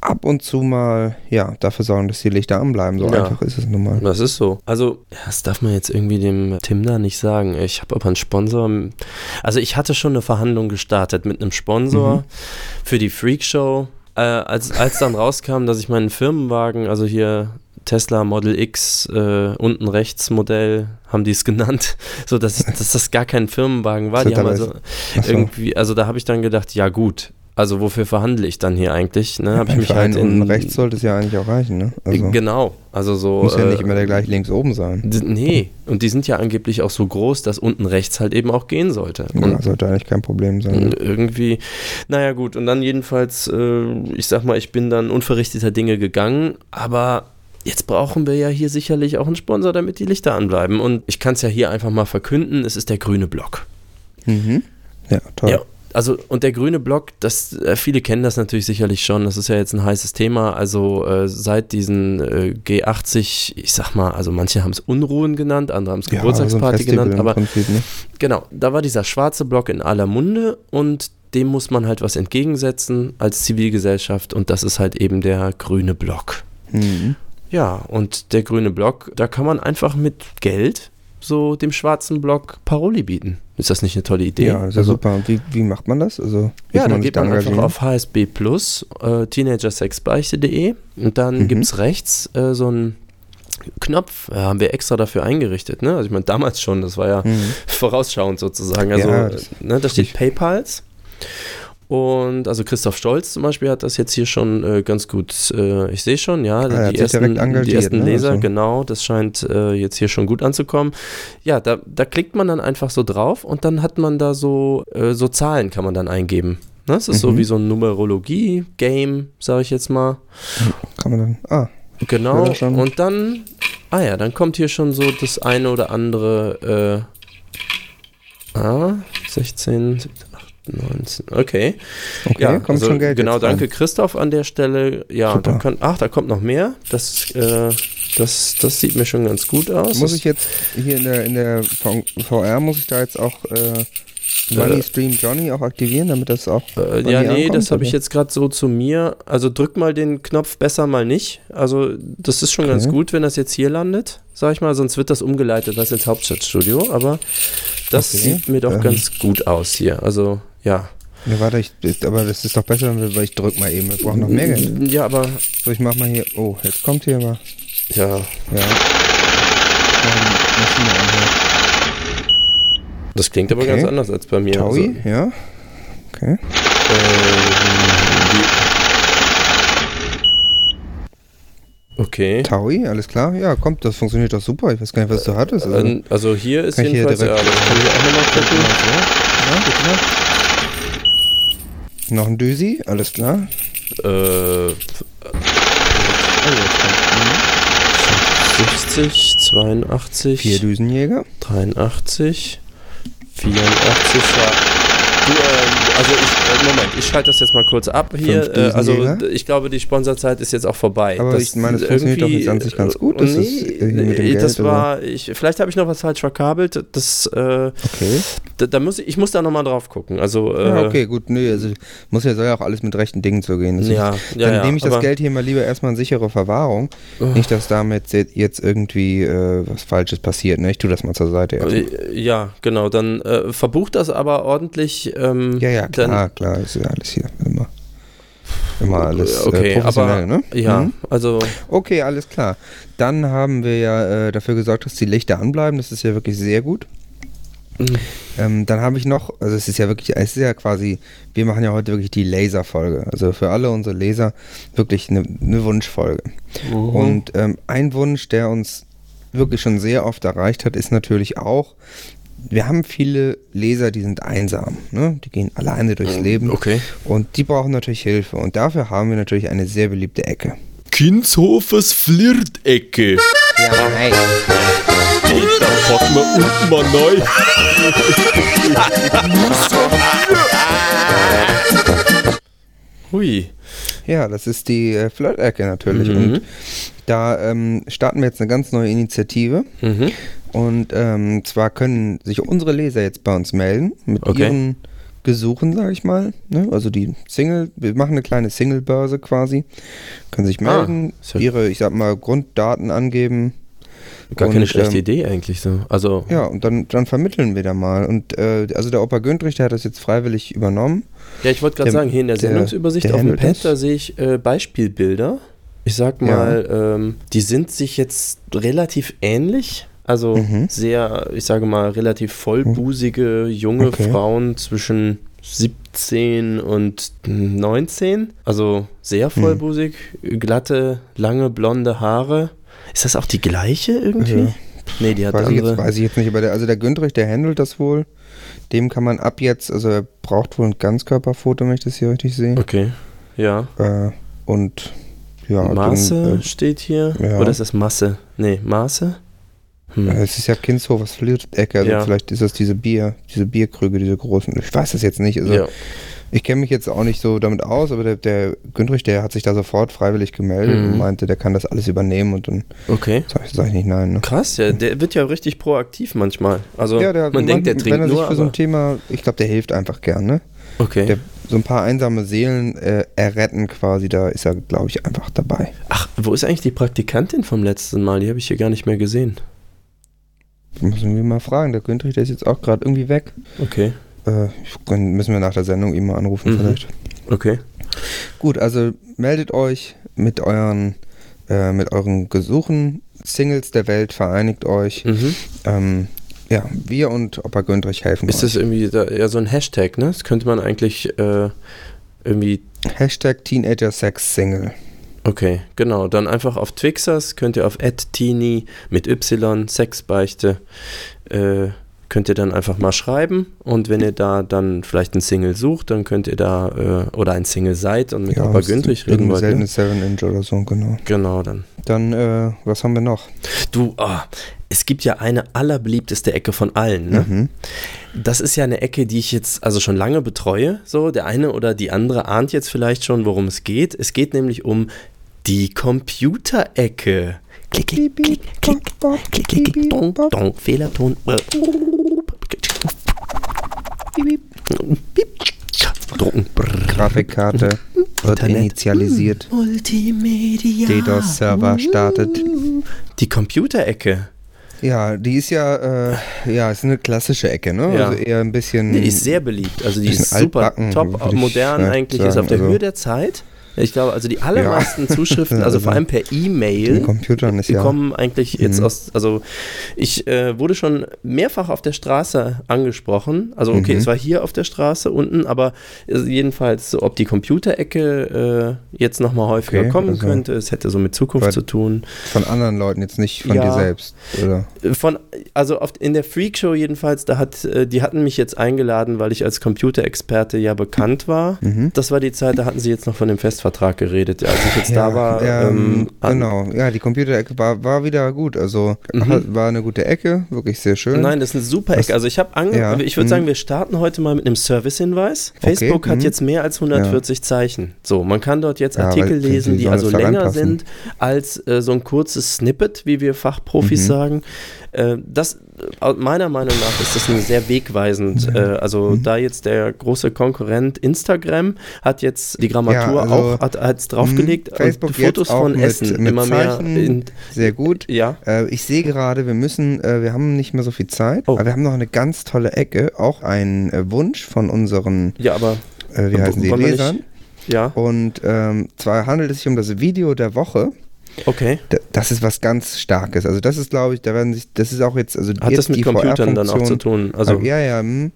S2: ab und zu mal, ja, dafür sorgen, dass die Lichter anbleiben. So
S4: Ja.
S2: einfach ist es nun mal.
S4: Das ist so. Also, ja, das darf man jetzt irgendwie dem Tim da nicht sagen. Ich habe aber einen Sponsor. Also, ich hatte schon eine Verhandlung gestartet mit einem
S2: Mhm.
S4: Sponsor für die Freakshow. Äh, als, als dann rauskam, dass ich meinen Firmenwagen, also hier Tesla Model X, äh, unten rechts Modell, haben die es genannt, so dass, ich, dass das gar kein Firmenwagen war.
S2: So,
S4: Die haben
S2: dabei
S4: also
S2: Ach so.
S4: irgendwie, also da habe ich dann gedacht, ja gut, also wofür verhandle ich dann hier eigentlich? Ne? Habe ich
S2: Für
S4: mich halt
S2: einen
S4: in
S2: unten rechts sollte es ja eigentlich auch reichen, ne? Also
S4: Genau, also so.
S2: muss ja
S4: äh,
S2: nicht immer der gleich links oben sein.
S4: D- Nee, und die sind ja angeblich auch so groß, dass unten rechts halt eben auch gehen sollte.
S2: Ja,
S4: Und
S2: sollte eigentlich kein Problem sein. ne?
S4: und irgendwie, naja gut, und dann jedenfalls, äh, ich sag mal, ich bin dann unverrichteter Dinge gegangen, aber jetzt brauchen wir ja hier sicherlich auch einen Sponsor, damit die Lichter anbleiben. Und ich kann es ja hier einfach mal verkünden, es ist der grüne Block.
S2: Mhm. Ja, toll.
S4: Ja. Also, und der grüne Block, das, äh, viele kennen das natürlich sicherlich schon, das ist ja jetzt ein heißes Thema. Also äh, seit diesen äh, G80, ich sag mal, also manche haben es Unruhen genannt, andere haben es
S2: Ja, so ein
S4: Geburtstagsparty
S2: Festival
S4: genannt,
S2: im
S4: aber
S2: Prinzip, ne?
S4: Genau, da war dieser schwarze Block in aller Munde und dem muss man halt was entgegensetzen als Zivilgesellschaft und das ist halt eben der grüne Block.
S2: mhm.
S4: Ja, und der grüne Block, da kann man einfach mit Geld so dem schwarzen Block Paroli bieten. Ist das nicht eine tolle Idee?
S2: Ja, das ist ja
S4: Also-
S2: super. Und wie, wie macht man das? Also, wie
S4: ja,
S2: kann
S4: dann
S2: sich
S4: geht man einfach
S2: engagieren?
S4: auf hsb plus äh, teenagersexbeichte.de und dann
S2: Mhm.
S4: gibt's rechts äh, so einen Knopf, äh, haben wir extra dafür eingerichtet. Ne? Also ich meine, damals schon, das war ja
S2: Mhm.
S4: vorausschauend sozusagen. Also
S2: Ja,
S4: äh,
S2: das-
S4: ne, da steht PayPals. Und also Christoph Stolz zum Beispiel hat das jetzt hier schon äh, ganz gut, äh, ich sehe schon, ja,
S2: Ah, er hat
S4: die,
S2: sich direkt
S4: ersten, die
S2: engagiert,
S4: ersten
S2: ne?
S4: Leser,
S2: Also-
S4: genau, das scheint äh, jetzt hier schon gut anzukommen. Ja, da, da klickt man dann einfach so drauf und dann hat man da so, äh, so Zahlen kann man dann eingeben. Ne? Das ist so
S2: Mhm.
S4: wie so ein Numerologie-Game, sage ich jetzt mal.
S2: Kann man dann. Ah,
S4: Genau.
S2: Ja, schon.
S4: Und dann, ah ja, dann kommt hier schon so das eine oder andere. Äh, ah, 16, 17, 18, 19. Okay.
S2: okay,
S4: ja,
S2: kommt
S4: also
S2: schon Geld.
S4: Genau,
S2: jetzt
S4: danke
S2: rein.
S4: Christoph an der Stelle. Ja,
S2: Super.
S4: da kann, ach, da kommt noch mehr. Das, äh, das, das sieht mir schon ganz gut aus.
S2: Muss
S4: Das-
S2: ich jetzt hier in der, in der V- VR, muss ich da jetzt auch äh, Money Stream Johnny auch aktivieren, damit das auch. bei
S4: Äh, ja,
S2: mir
S4: nee,
S2: ankommt,
S4: das habe ich
S2: oder?
S4: jetzt gerade so zu mir. Also drück mal den Knopf besser mal nicht. Also das ist schon ganz
S2: Okay.
S4: gut, wenn das jetzt hier landet, sag ich mal. Sonst wird das umgeleitet, das ins Hauptstadtstudio. Aber das
S2: Okay.
S4: sieht mir doch
S2: Ähm.
S4: ganz gut aus hier. Also ja.
S2: Ja, warte, ich, aber das ist doch besser, weil ich drück mal eben. Wir brauchen noch mehr Geld.
S4: Ja, aber
S2: So, ich mach mal hier. Oh, jetzt kommt hier mal.
S4: ja,
S2: Ja. Ähm, Dann müssen wir einmal-
S4: das klingt aber
S2: Okay.
S4: ganz anders als bei mir.
S2: Taui, ja. Okay.
S4: äh, Also, okay.
S2: Taui, alles klar. Ja, kommt, das funktioniert doch super. Ich weiß gar nicht, was du hattest. Also,
S4: Ähm, Also hier ist
S2: Kann ich hier
S4: jedenfalls, ja,
S2: direkt-
S4: das kann ich auch nochmal gucken.
S2: Noch ein Düsi, alles klar.
S4: Äh, pf- oh, jetzt kommt, hm, 60, 82,
S2: Vier Düsenjäger.
S4: 83, 84, ja. Du, ähm, also ich, äh, Moment, ich schalte das jetzt mal kurz ab hier.
S2: Fünf
S4: Äh, also
S2: Düsenjäger.
S4: ich glaube, die Sponsorzeit ist jetzt auch vorbei.
S2: Aber ich meine, das funktioniert doch
S4: irgendwie,
S2: jetzt an sich ganz
S4: äh,
S2: gut, das ist irgendwie mit dem
S4: das
S2: Geld,
S4: war, ich, vielleicht habe ich noch was falsch verkabelt. Das, äh,
S2: Okay.
S4: da, da muss ich, ich muss da nochmal drauf gucken. Also, äh,
S2: Ja, okay, gut, nee, also muss ja, soll ja auch alles mit rechten Dingen zugehen. Das
S4: Ja,
S2: ist,
S4: ja,
S2: dann
S4: ja,
S2: nehme ich das
S4: aber-
S2: Geld hier mal lieber erstmal in sichere Verwahrung. Nicht, dass damit se- jetzt irgendwie äh, was Falsches passiert, ne? Ich tue das mal zur Seite. erstmal.
S4: Äh, Ja, genau. Dann äh, verbucht das aber ordentlich. Ähm,
S2: Ja, ja,
S4: dann,
S2: klar, klar, ist ja alles hier immer. Immer alles äh,
S4: okay,
S2: professionell,
S4: aber,
S2: ne?
S4: Ja,
S2: Mhm.
S4: also
S2: Okay, alles klar. Dann haben wir ja äh, dafür gesorgt, dass die Lichter anbleiben. Das ist ja wirklich sehr gut.
S4: hm.
S2: Ähm, dann habe ich noch, also es ist ja wirklich, es ist ja quasi, wir machen ja heute wirklich die Laser-Folge. Also für alle unsere Laser wirklich eine, eine Wunschfolge. Und ähm, ein Wunsch, der uns wirklich schon sehr oft erreicht hat, ist natürlich auch, wir haben viele Leser, die sind einsam. Ne? Die gehen alleine durchs Leben.
S4: okay.
S2: Und die brauchen natürlich Hilfe. Und dafür haben wir natürlich eine sehr beliebte Ecke.
S6: Kindshofes Flirtecke.
S2: Ja, hey.
S6: Da packen wir unten mal neu.
S4: hui.
S2: Ja, das ist die äh, Flirt-Ecke natürlich. Und da ähm, starten wir jetzt eine ganz neue Initiative.
S4: Mhm.
S2: Und ähm, zwar können sich unsere Leser jetzt bei uns melden mit
S4: Okay.
S2: ihren Gesuchen, sage ich mal. Ne? Also die Single, wir machen eine kleine Single-Börse quasi. Können sich
S4: Ah,
S2: melden,
S4: ist ja-
S2: ihre, ich sag mal, Grunddaten angeben.
S4: Gar keine
S2: Und,
S4: schlechte
S2: ähm,
S4: Idee eigentlich so. Also
S2: Ja, und dann, dann vermitteln wir da mal. Und äh, also der Opa Güntrich, der hat das jetzt freiwillig übernommen.
S4: Ja, ich wollte gerade
S2: Der-
S4: sagen, hier in der
S2: der-
S4: Sendungsübersicht
S2: der
S4: auf dem
S2: handelt
S4: Pad,
S2: das.
S4: da sehe ich äh, Beispielbilder. Ich sag
S2: Ja.
S4: mal, ähm, die sind sich jetzt relativ ähnlich. Also
S2: Mhm.
S4: sehr, ich sage mal, relativ vollbusige junge
S2: Okay.
S4: Frauen zwischen 17 und 19. Also sehr
S2: Mhm.
S4: vollbusig, glatte, lange, blonde Haare. Ist das auch die gleiche irgendwie?
S2: Ja.
S4: Nee, die hat
S2: Also, Weiß ich, jetzt,
S4: andere.
S2: weiß ich jetzt nicht, aber der, also der Güntrich, der handelt das wohl. Dem kann man ab jetzt, also er braucht wohl ein Ganzkörperfoto, wenn ich das hier richtig sehe.
S4: Okay, ja.
S2: Äh, und ja,
S4: Hm.
S2: äh,
S4: Maße
S2: dann,
S4: steht hier.
S2: ja.
S4: Oder ist das Masse? Nee, Maße? Hm.
S2: äh, äh, es ist ja Kindshof, was Flirtecke, also
S4: Ja.
S2: vielleicht ist das diese Bier, diese Bierkrüge, diese großen. Ich weiß das jetzt nicht. Also
S4: ja.
S2: ich kenne mich jetzt auch nicht so damit aus, aber der, der Güntrich, der hat sich da sofort freiwillig gemeldet
S4: Mhm.
S2: und meinte, der kann das alles übernehmen und dann
S4: Okay.
S2: sag ich, sag ich nicht nein. Ne?
S4: Krass, ja, der wird ja richtig proaktiv manchmal. Also
S2: Ja, der,
S4: man denkt, der
S2: wenn
S4: trinkt
S2: er sich
S4: nur,
S2: für so
S4: aber
S2: ein Thema, ich glaube, der hilft einfach gern, ne?
S4: okay.
S2: der, so ein paar einsame Seelen äh, erretten quasi, da ist er, glaube ich, einfach dabei.
S4: Ach, wo ist eigentlich die Praktikantin vom letzten Mal? Die habe ich hier gar nicht mehr gesehen.
S2: Müssen wir mal fragen, der Güntrich, der ist jetzt auch gerade irgendwie weg.
S4: Okay,
S2: Äh, können, müssen wir nach der Sendung ihn mal anrufen
S4: Mhm.
S2: vielleicht.
S4: okay.
S2: Gut, also meldet euch mit euren, äh, mit euren Gesuchen. Singles der Welt, vereinigt euch.
S4: Mhm.
S2: Ähm, ja, wir und Opa Güntrich helfen
S4: Ist
S2: euch.
S4: das irgendwie da, ja so ein Hashtag, ne? Das könnte man eigentlich äh, irgendwie.
S2: Hashtag Teenager Sex Single.
S4: Okay, genau. Dann einfach auf Twixers könnt ihr auf @tini mit y Sexbeichte äh, könnt ihr dann einfach mal schreiben und wenn ihr da dann vielleicht einen Single sucht, dann könnt ihr da äh, oder ein Single seid und mit Opa
S2: es ist
S4: Güntrig reden
S2: irgendein
S4: wollt. Ne?
S2: seltenes Seven Inch oder so, genau.
S4: Genau, dann
S2: Dann, äh, was haben wir noch?
S4: Du, ah, es gibt ja eine allerbeliebteste Ecke von allen. Ne? Das ist ja eine Ecke, die ich jetzt also schon lange betreue. So, der eine oder die andere ahnt jetzt vielleicht schon, worum es geht. Es geht nämlich um die Computerecke. Klick, klick, klick, klick, äh, klick, klick, klick, dong, dong, Fehlerton.
S2: Piep, piep.
S4: Drucken.
S2: Grafikkarte wird
S4: Internet.
S2: initialisiert.
S4: Multimedia.
S2: DDoS-Server startet.
S4: Die Computerecke.
S2: Ja, die ist ja, äh, ja, ist eine klassische Ecke, ne?
S4: Ja.
S2: Also eher ein bisschen.
S4: Die ist sehr beliebt. Also die
S2: Bisschen
S4: ist super
S2: altbacken,
S4: top, äh,
S2: würd ich,
S4: modern
S2: ne,
S4: eigentlich, ist
S2: sagen,
S4: auf der
S2: also-
S4: Höhe der Zeit. Ich glaube, also die allermeisten Zuschriften, also,
S2: Also
S4: vor allem per E-Mail,
S2: mit Computern ist
S4: die
S2: ja.
S4: kommen eigentlich jetzt
S2: Mhm.
S4: aus, also ich äh, wurde schon mehrfach auf der Straße angesprochen, also okay,
S2: Mhm.
S4: es war hier auf der Straße unten, aber jedenfalls, so, ob die Computerecke äh, jetzt nochmal häufiger
S2: Okay,
S4: kommen
S2: also-
S4: könnte, es hätte so mit Zukunft
S2: Weil-
S4: zu tun.
S2: Von anderen Leuten, jetzt nicht von
S4: Ja.
S2: dir selbst. Oder?
S4: von, also auf, in der Freakshow jedenfalls, da hat, äh, die hatten mich jetzt eingeladen, weil ich als Computerexperte ja bekannt war.
S2: Mhm.
S4: Das war die Zeit, da hatten sie jetzt noch von dem Festvertrag geredet. Als ich jetzt da war,
S2: ähm,
S4: ähm, hatten-
S2: genau, ja, die Computerecke war, war wieder gut. Also
S4: Mhm.
S2: hat- war eine gute Ecke, wirklich sehr schön.
S4: Nein, das ist ein super Eck.
S2: Was-
S4: Also ich habe ange
S2: Ja,
S4: ich würde
S2: mhm.
S4: sagen, wir starten heute mal mit einem Service-Hinweis.
S2: Okay,
S4: Facebook hat
S2: mhm.
S4: jetzt mehr als 140 Zeichen. So, man kann dort jetzt
S2: Ja, weil-
S4: Artikel
S2: wie
S4: lesen, die
S2: soll das
S4: also
S2: da
S4: länger
S2: reinpassen?
S4: sind als äh, so ein kurzes Snippet, wie wir Fachprofis
S2: Mhm.
S4: sagen. Äh, das äh, meiner Meinung nach ist das ein sehr wegweisend. Äh, also
S2: Mhm.
S4: da jetzt der große Konkurrent Instagram hat jetzt die Grammatur
S2: Ja, also,
S4: auch hat, hat's draufgelegt
S2: mh, Mhm. Facebook
S4: und Fotos
S2: jetzt auch
S4: von
S2: mit-
S4: Essen
S2: mit
S4: immer mehr.
S2: Zeichen.
S4: In,
S2: Sehr gut.
S4: ja.
S2: Äh, ich sehe gerade, wir müssen, äh, wir haben nicht mehr so viel Zeit,
S4: Oh.
S2: aber wir haben noch eine ganz tolle Ecke, auch ein äh, Wunsch von unseren,
S4: Ja, aber
S2: äh, wie heißen die,
S4: wollen wir nicht-
S2: Lesern.
S4: ja,
S2: Und ähm, zwar handelt es sich um das Video der Woche.
S4: okay.
S2: D- Das ist was ganz Starkes. Also das ist, glaube ich, da werden sich, das ist auch jetzt, also
S4: Hat
S2: jetzt
S4: das mit
S2: die
S4: Computern dann auch
S2: VR-Funktion
S4: zu tun? Also,
S2: Ab- ja, ja. hm.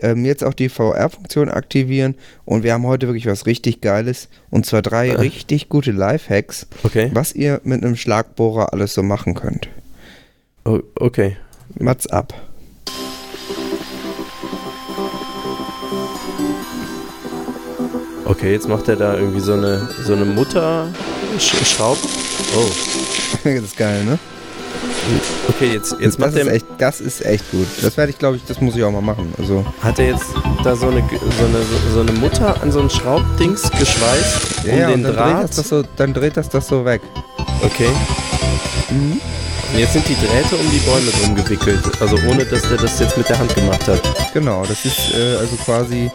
S2: Ähm, jetzt auch die VR-Funktion aktivieren und wir haben heute wirklich was richtig Geiles und zwar drei
S4: Äh.
S2: richtig gute Lifehacks,
S4: okay.
S2: was ihr mit einem Schlagbohrer alles so machen könnt.
S4: Oh, okay.
S2: Mats ab.
S4: Okay, jetzt macht er da irgendwie so eine, so eine Mutter. Sch Schraub. Oh,
S2: das ist geil, ne?
S4: okay, jetzt, jetzt
S2: das,
S4: macht
S2: ist
S4: er.
S2: echt, das ist echt gut. Das werde ich, glaube ich, das muss ich auch mal machen. Also,
S4: Hat er jetzt da so eine, so eine, so eine Mutter an so ein Schraubdings geschweißt? Um
S2: ja, ja, und
S4: den
S2: dann dreht,
S4: Draht?
S2: das das so, dann dreht das das so Mhm. weg.
S4: Okay. Und jetzt sind die Drähte um die Bäume drum gewickelt. Also, ohne dass der das jetzt mit der Hand gemacht hat.
S2: Genau, das ist äh, also quasi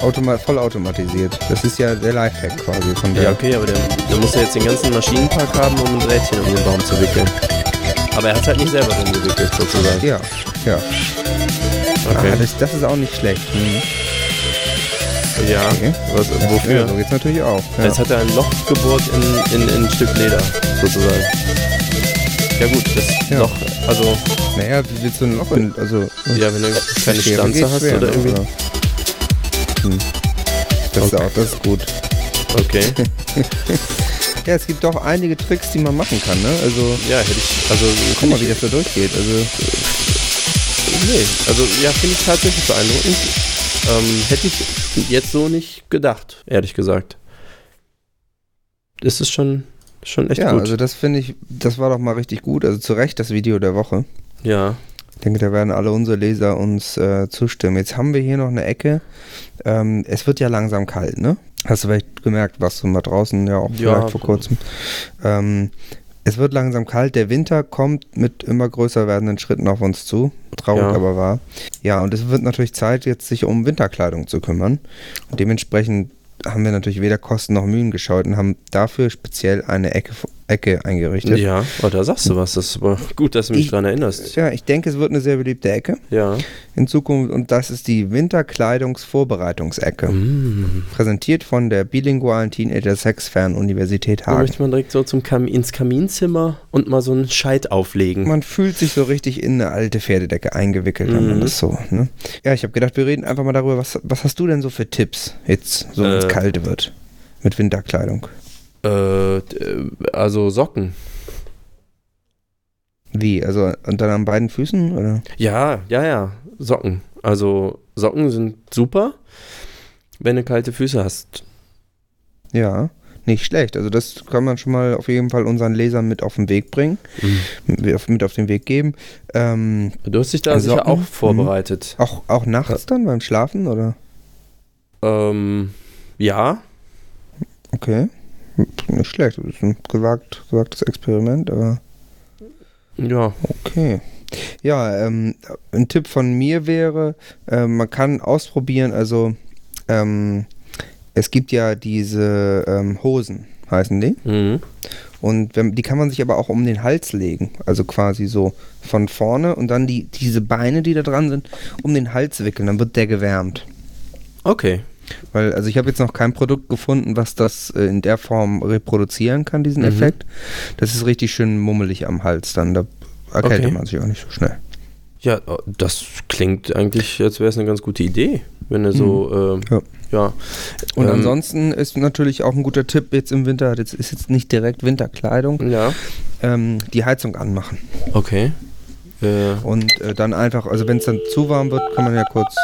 S2: automa vollautomatisiert. Das ist ja der Lifehack quasi von der.
S4: Ja, okay, aber der, der muss ja jetzt den ganzen Maschinenpark haben, um ein Drähtchen um den Baum zu wickeln. Aber er hat halt nicht selber drum gewickelt, sozusagen.
S2: Ja, ja. Ah, das, das ist auch nicht schlecht. Mhm.
S4: Ja,
S2: Okay.
S4: was, wofür?
S2: Ja, so geht's natürlich auch. Ja.
S4: Jetzt hat er ein Loch gebohrt in, in, in ein Stück Leder, sozusagen. Ja gut, das
S2: Ja.
S4: Loch, also,
S2: naja, wie willst du ein Loch in, also
S4: ja, wenn du keine
S2: Schere geht
S4: Stanze hast
S2: schwer,
S4: oder
S2: ne,
S4: irgendwie.
S2: aber- Hm. Das ist auch, das ist gut.
S4: Okay.
S2: Ja, es gibt doch einige Tricks, die man machen kann, ne? Also,
S4: Ja, hätte ich, also,
S2: guck mal, wie das da durchgeht. Also,
S4: nee, also, ja, finde ich tatsächlich beeindruckend. Ähm, hätte ich jetzt so nicht gedacht, ehrlich gesagt. Das ist schon, schon echt
S2: ja,
S4: gut.
S2: also das finde ich, das war doch mal richtig gut. Also zu Recht das Video der Woche.
S4: ja,
S2: Ich denke, da werden alle unsere Leser uns äh, zustimmen. Jetzt haben wir hier noch eine Ecke. Ähm, es wird ja langsam kalt, ne? Hast du vielleicht gemerkt, warst du mal draußen ja auch
S4: Ja. also
S2: vielleicht vor kurzem. Ähm, es wird langsam kalt. Der Winter kommt mit immer größer werdenden Schritten auf uns zu. Traurig
S4: Ja.
S2: aber wahr. Ja, und es wird natürlich Zeit, jetzt sich um Winterkleidung zu kümmern. Und dementsprechend haben wir natürlich weder Kosten noch Mühen gescheut und haben dafür speziell eine Ecke, Ecke eingerichtet.
S4: ja, oh, da sagst du was, das ist aber gut, dass du mich
S2: Ich-
S4: dran erinnerst.
S2: Ja, ich denke, es wird eine sehr beliebte Ecke.
S4: Ja.
S2: in Zukunft und das ist die Winterkleidungsvorbereitungsecke.
S4: Mm.
S2: Präsentiert von der bilingualen Teenager-Sex-Fernuniversität
S4: Da
S2: Hagen.
S4: möchte man direkt so zum Kam ins Kaminzimmer und mal so einen Scheit auflegen.
S2: Man fühlt sich so richtig in eine alte Pferdedecke eingewickelt, wenn man
S4: Mhm.
S2: das so. Ne? Ja, ich habe gedacht, wir reden einfach mal darüber, was, was hast du denn so für Tipps jetzt, so wenn es
S4: Äh.
S2: kalt wird mit Winterkleidung?
S4: Äh, d- also Socken.
S2: Wie? Also und dann an beiden Füßen? Oder?
S4: Ja, ja, ja, Socken. Also Socken sind super, wenn du kalte Füße hast.
S2: Ja. Nicht schlecht. Also das kann man schon mal auf jeden Fall unseren Lesern mit auf den Weg bringen, mit auf- mit auf den Weg geben. Ähm,
S4: Du hast dich da
S2: Socken?
S4: sicher auch
S2: Mhm.
S4: vorbereitet.
S2: Auch, auch nachts dann beim Schlafen oder?
S4: Ähm, ja,
S2: Okay. Nicht schlecht. Das ist ein gewagt, gewagtes Experiment, aber
S4: ja.
S2: okay. Ja, ähm, ein Tipp von mir wäre, äh, man kann ausprobieren, also ähm, es gibt ja diese ähm, Hosen, heißen die.
S4: Mhm.
S2: Und wenn, die kann man sich aber auch um den Hals legen. Also quasi so von vorne und dann die, diese Beine, die da dran sind, um den Hals wickeln. Dann wird der gewärmt.
S4: Okay.
S2: Weil, also ich habe jetzt noch kein Produkt gefunden, was das äh, in der Form reproduzieren kann, diesen Effekt. Das ist richtig schön mummelig am Hals dann. Da erkältet
S4: Okay.
S2: man sich auch nicht so schnell.
S4: Ja, äh, das klingt eigentlich, als wäre es eine ganz gute Idee, wenn er so, äh,
S2: Mhm. Ja.
S4: ja.
S2: Und
S4: Ähm,
S2: ansonsten ist natürlich auch ein guter Tipp jetzt im Winter, das ist jetzt nicht direkt Winterkleidung,
S4: Ja,
S2: ähm, die Heizung anmachen.
S4: okay. Äh,
S2: Und äh, dann einfach, also wenn es dann zu warm wird, kann man ja kurz.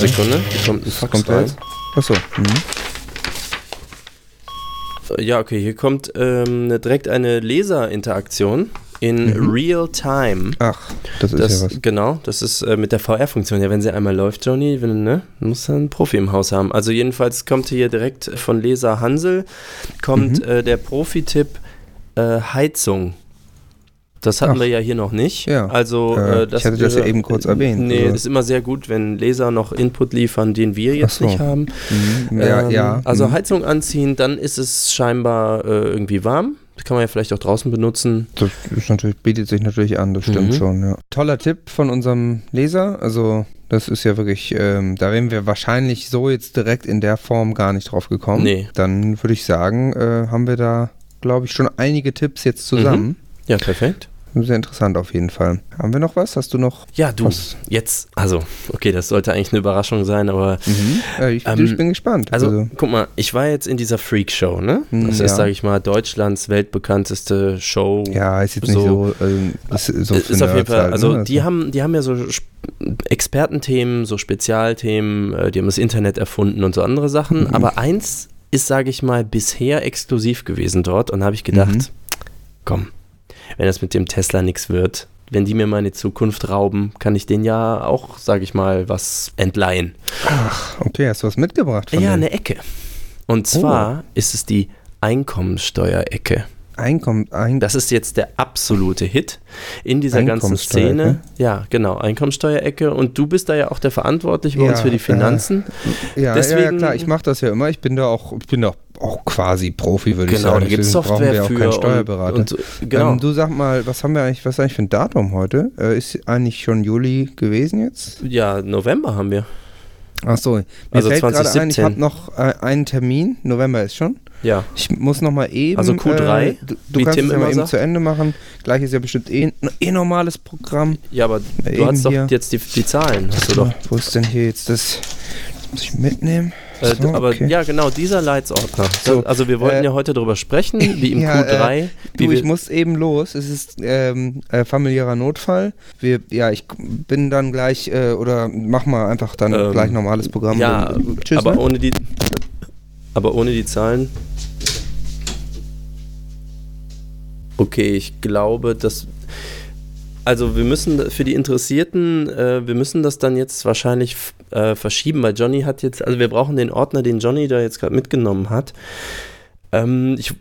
S4: Sekunde, hier kommt ein Fax
S2: Kommt der
S4: rein.
S2: jetzt? Achso. Mhm.
S4: Äh, Ja, okay, hier kommt ähm, ne- direkt eine Leserinteraktion in
S2: Mhm.
S4: Real Time.
S2: Ach, das ist
S4: Das,
S2: ja was.
S4: Genau, das ist äh, mit der VR-Funktion. Ja, wenn sie einmal läuft, Johnny, wenn, ne, muss er einen Profi im Haus haben. Also jedenfalls kommt hier direkt von Leser Hansel kommt
S2: Mhm.
S4: äh, der Profi-Tipp äh, Heizung. Das hatten
S2: Ach.
S4: wir ja hier noch nicht.
S2: Ja.
S4: Also
S2: Äh,
S4: äh, das
S2: ich hatte das ja
S4: wäre-
S2: eben kurz erwähnt,
S4: Nee,
S2: oder?
S4: ist immer sehr gut, wenn Leser noch Input liefern, den wir jetzt
S2: Ach so.
S4: nicht haben.
S2: Ja,
S4: Ähm,
S2: ja.
S4: Also
S2: mhm.
S4: Heizung anziehen, dann ist es scheinbar äh, irgendwie warm. Das kann man ja vielleicht auch draußen benutzen.
S2: Das ist natürlich, bietet sich natürlich an, das stimmt
S4: Mhm.
S2: schon, ja. Toller Tipp von unserem Leser. Also, das ist ja wirklich, ähm, da wären wir wahrscheinlich so jetzt direkt in der Form gar nicht drauf gekommen.
S4: Nee.
S2: Dann würde ich sagen, äh, haben wir da, glaube ich, schon einige Tipps jetzt zusammen.
S4: Ja, perfekt.
S2: Sehr interessant auf jeden Fall. Haben wir noch was? Hast du noch?
S4: Ja, Mhm. du,
S2: Was?
S4: jetzt, also, okay, das sollte eigentlich eine Überraschung sein, aber,
S2: Äh, ich,
S4: Ähm,
S2: ich bin gespannt.
S4: also, guck mal, ich war jetzt in dieser Freak-Show, ne?
S2: Hm,
S4: Das ist,
S2: ja.
S4: sage ich mal, Deutschlands weltbekannteste Show.
S2: ja, ist jetzt
S4: so-
S2: nicht so, ähm, ist, so
S4: Ist
S2: für
S4: auf jeden
S2: Nerds
S4: Fall,
S2: halt,
S4: also
S2: ne?
S4: die haben, die haben ja so Sp- Expertenthemen, so Spezialthemen, äh, die haben das Internet erfunden und so andere Sachen,
S2: Mhm.
S4: aber eins ist, sage ich mal, bisher exklusiv gewesen dort und habe ich gedacht,
S2: Mhm.
S4: komm, wenn das mit dem Tesla nichts wird, wenn die mir meine Zukunft rauben, kann ich denen ja auch, sage ich mal, was entleihen.
S2: Okay, hast du was mitgebracht von
S4: Ja, ne.
S2: denen?
S4: eine Ecke. Und
S2: Oh.
S4: zwar ist es die Einkommensteuerecke.
S2: Einkommen, ein,
S4: Das ist jetzt der absolute Hit in dieser ganzen Szene.
S2: Einkommensteuerecke?
S4: Ja, genau, Einkommensteuerecke. Und du bist da ja auch der Verantwortliche bei
S2: Ja,
S4: uns für die
S2: äh,
S4: Finanzen.
S2: Ja,
S4: Deswegen-
S2: ja, ja klar, ich mache das ja immer. Ich bin da auch, ich bin da auch quasi Profi, würde ich
S4: genau,
S2: sagen.
S4: da gibt es
S2: Deswegen
S4: Software
S2: brauchen wir auch
S4: für.
S2: keinen
S4: und-
S2: Steuerberater.
S4: Und, so- genau.
S2: ähm, du sag mal, was haben wir eigentlich, was ist eigentlich für ein Datum heute? Äh, ist eigentlich schon Juli gewesen jetzt?
S4: ja, November haben wir.
S2: Ach so, mir
S4: Also
S2: fällt gerade ein, ich
S4: 2017.
S2: habe noch äh, einen Termin, November ist schon.
S4: Ja.
S2: Ich muss noch mal eben.
S4: Also Q3,
S2: äh, du du
S4: wie
S2: kannst
S4: Tim
S2: es ja mal
S4: immer
S2: eben
S4: sagt.
S2: zu Ende machen. Gleich ist ja bestimmt eh, eh normales Programm.
S4: Ja, aber
S2: eben
S4: du hast doch
S2: hier.
S4: jetzt die, die Zahlen, hast du doch.
S2: Wo ist denn hier jetzt das? Das muss ich mitnehmen.
S4: Äh,
S2: So,
S4: aber
S2: okay.
S4: ja, genau, dieser Leitsordner.
S2: So,
S4: also wir wollten
S2: äh,
S4: ja heute darüber sprechen, wie im
S2: Ja,
S4: Q3.
S2: äh,
S4: wie
S2: du, ich
S4: wir,
S2: muss eben los. Es ist ähm, äh, familiärer Notfall. Wir, ja, ich bin dann gleich äh, oder mach mal einfach dann
S4: Ähm,
S2: gleich normales Programm.
S4: ja,
S2: Und- tschüss.
S4: aber
S2: ne?
S4: ohne die aber ohne die Zahlen. Okay, ich glaube, dass also wir müssen für die Interessierten, äh, wir müssen das dann jetzt wahrscheinlich f- äh, verschieben, weil Johnny hat jetzt, also wir brauchen den Ordner, den Johnny da jetzt gerade mitgenommen hat. Ähm, ich,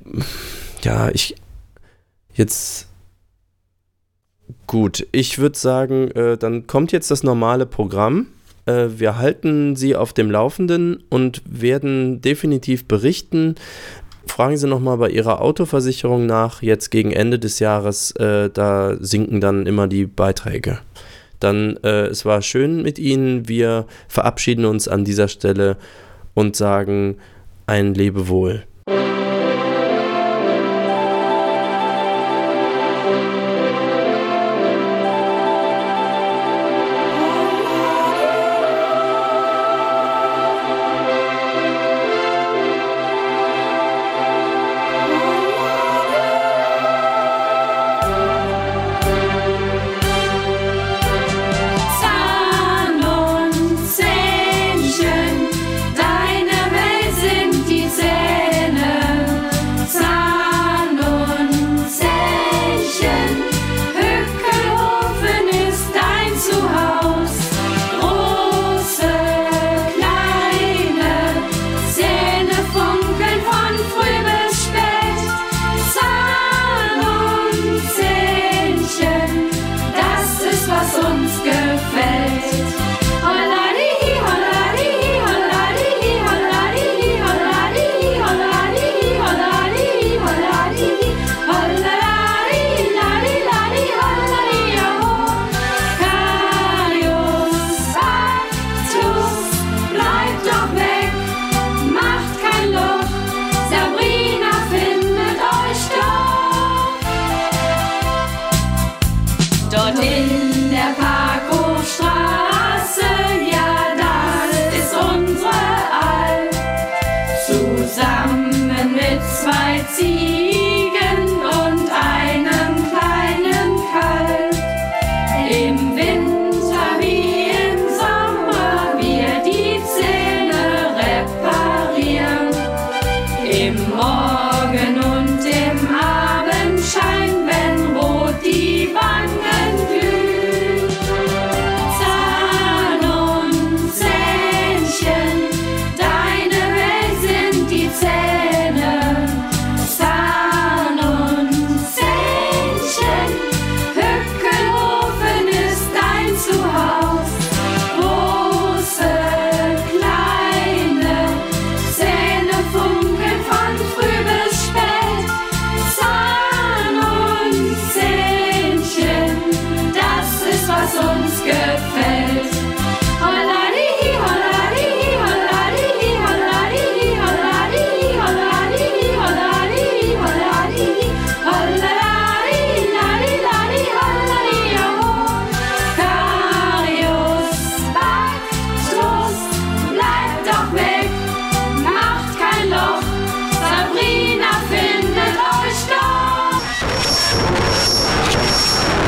S4: ja, ich jetzt gut. Ich würde sagen, äh, dann kommt jetzt das normale Programm. Äh, wir halten Sie auf dem Laufenden und werden definitiv berichten. Fragen Sie nochmal bei Ihrer Autoversicherung nach. Jetzt gegen Ende des Jahres, äh, da sinken dann immer die Beiträge. Dann, äh, es war schön mit Ihnen. Wir verabschieden uns an dieser Stelle und sagen ein Lebewohl.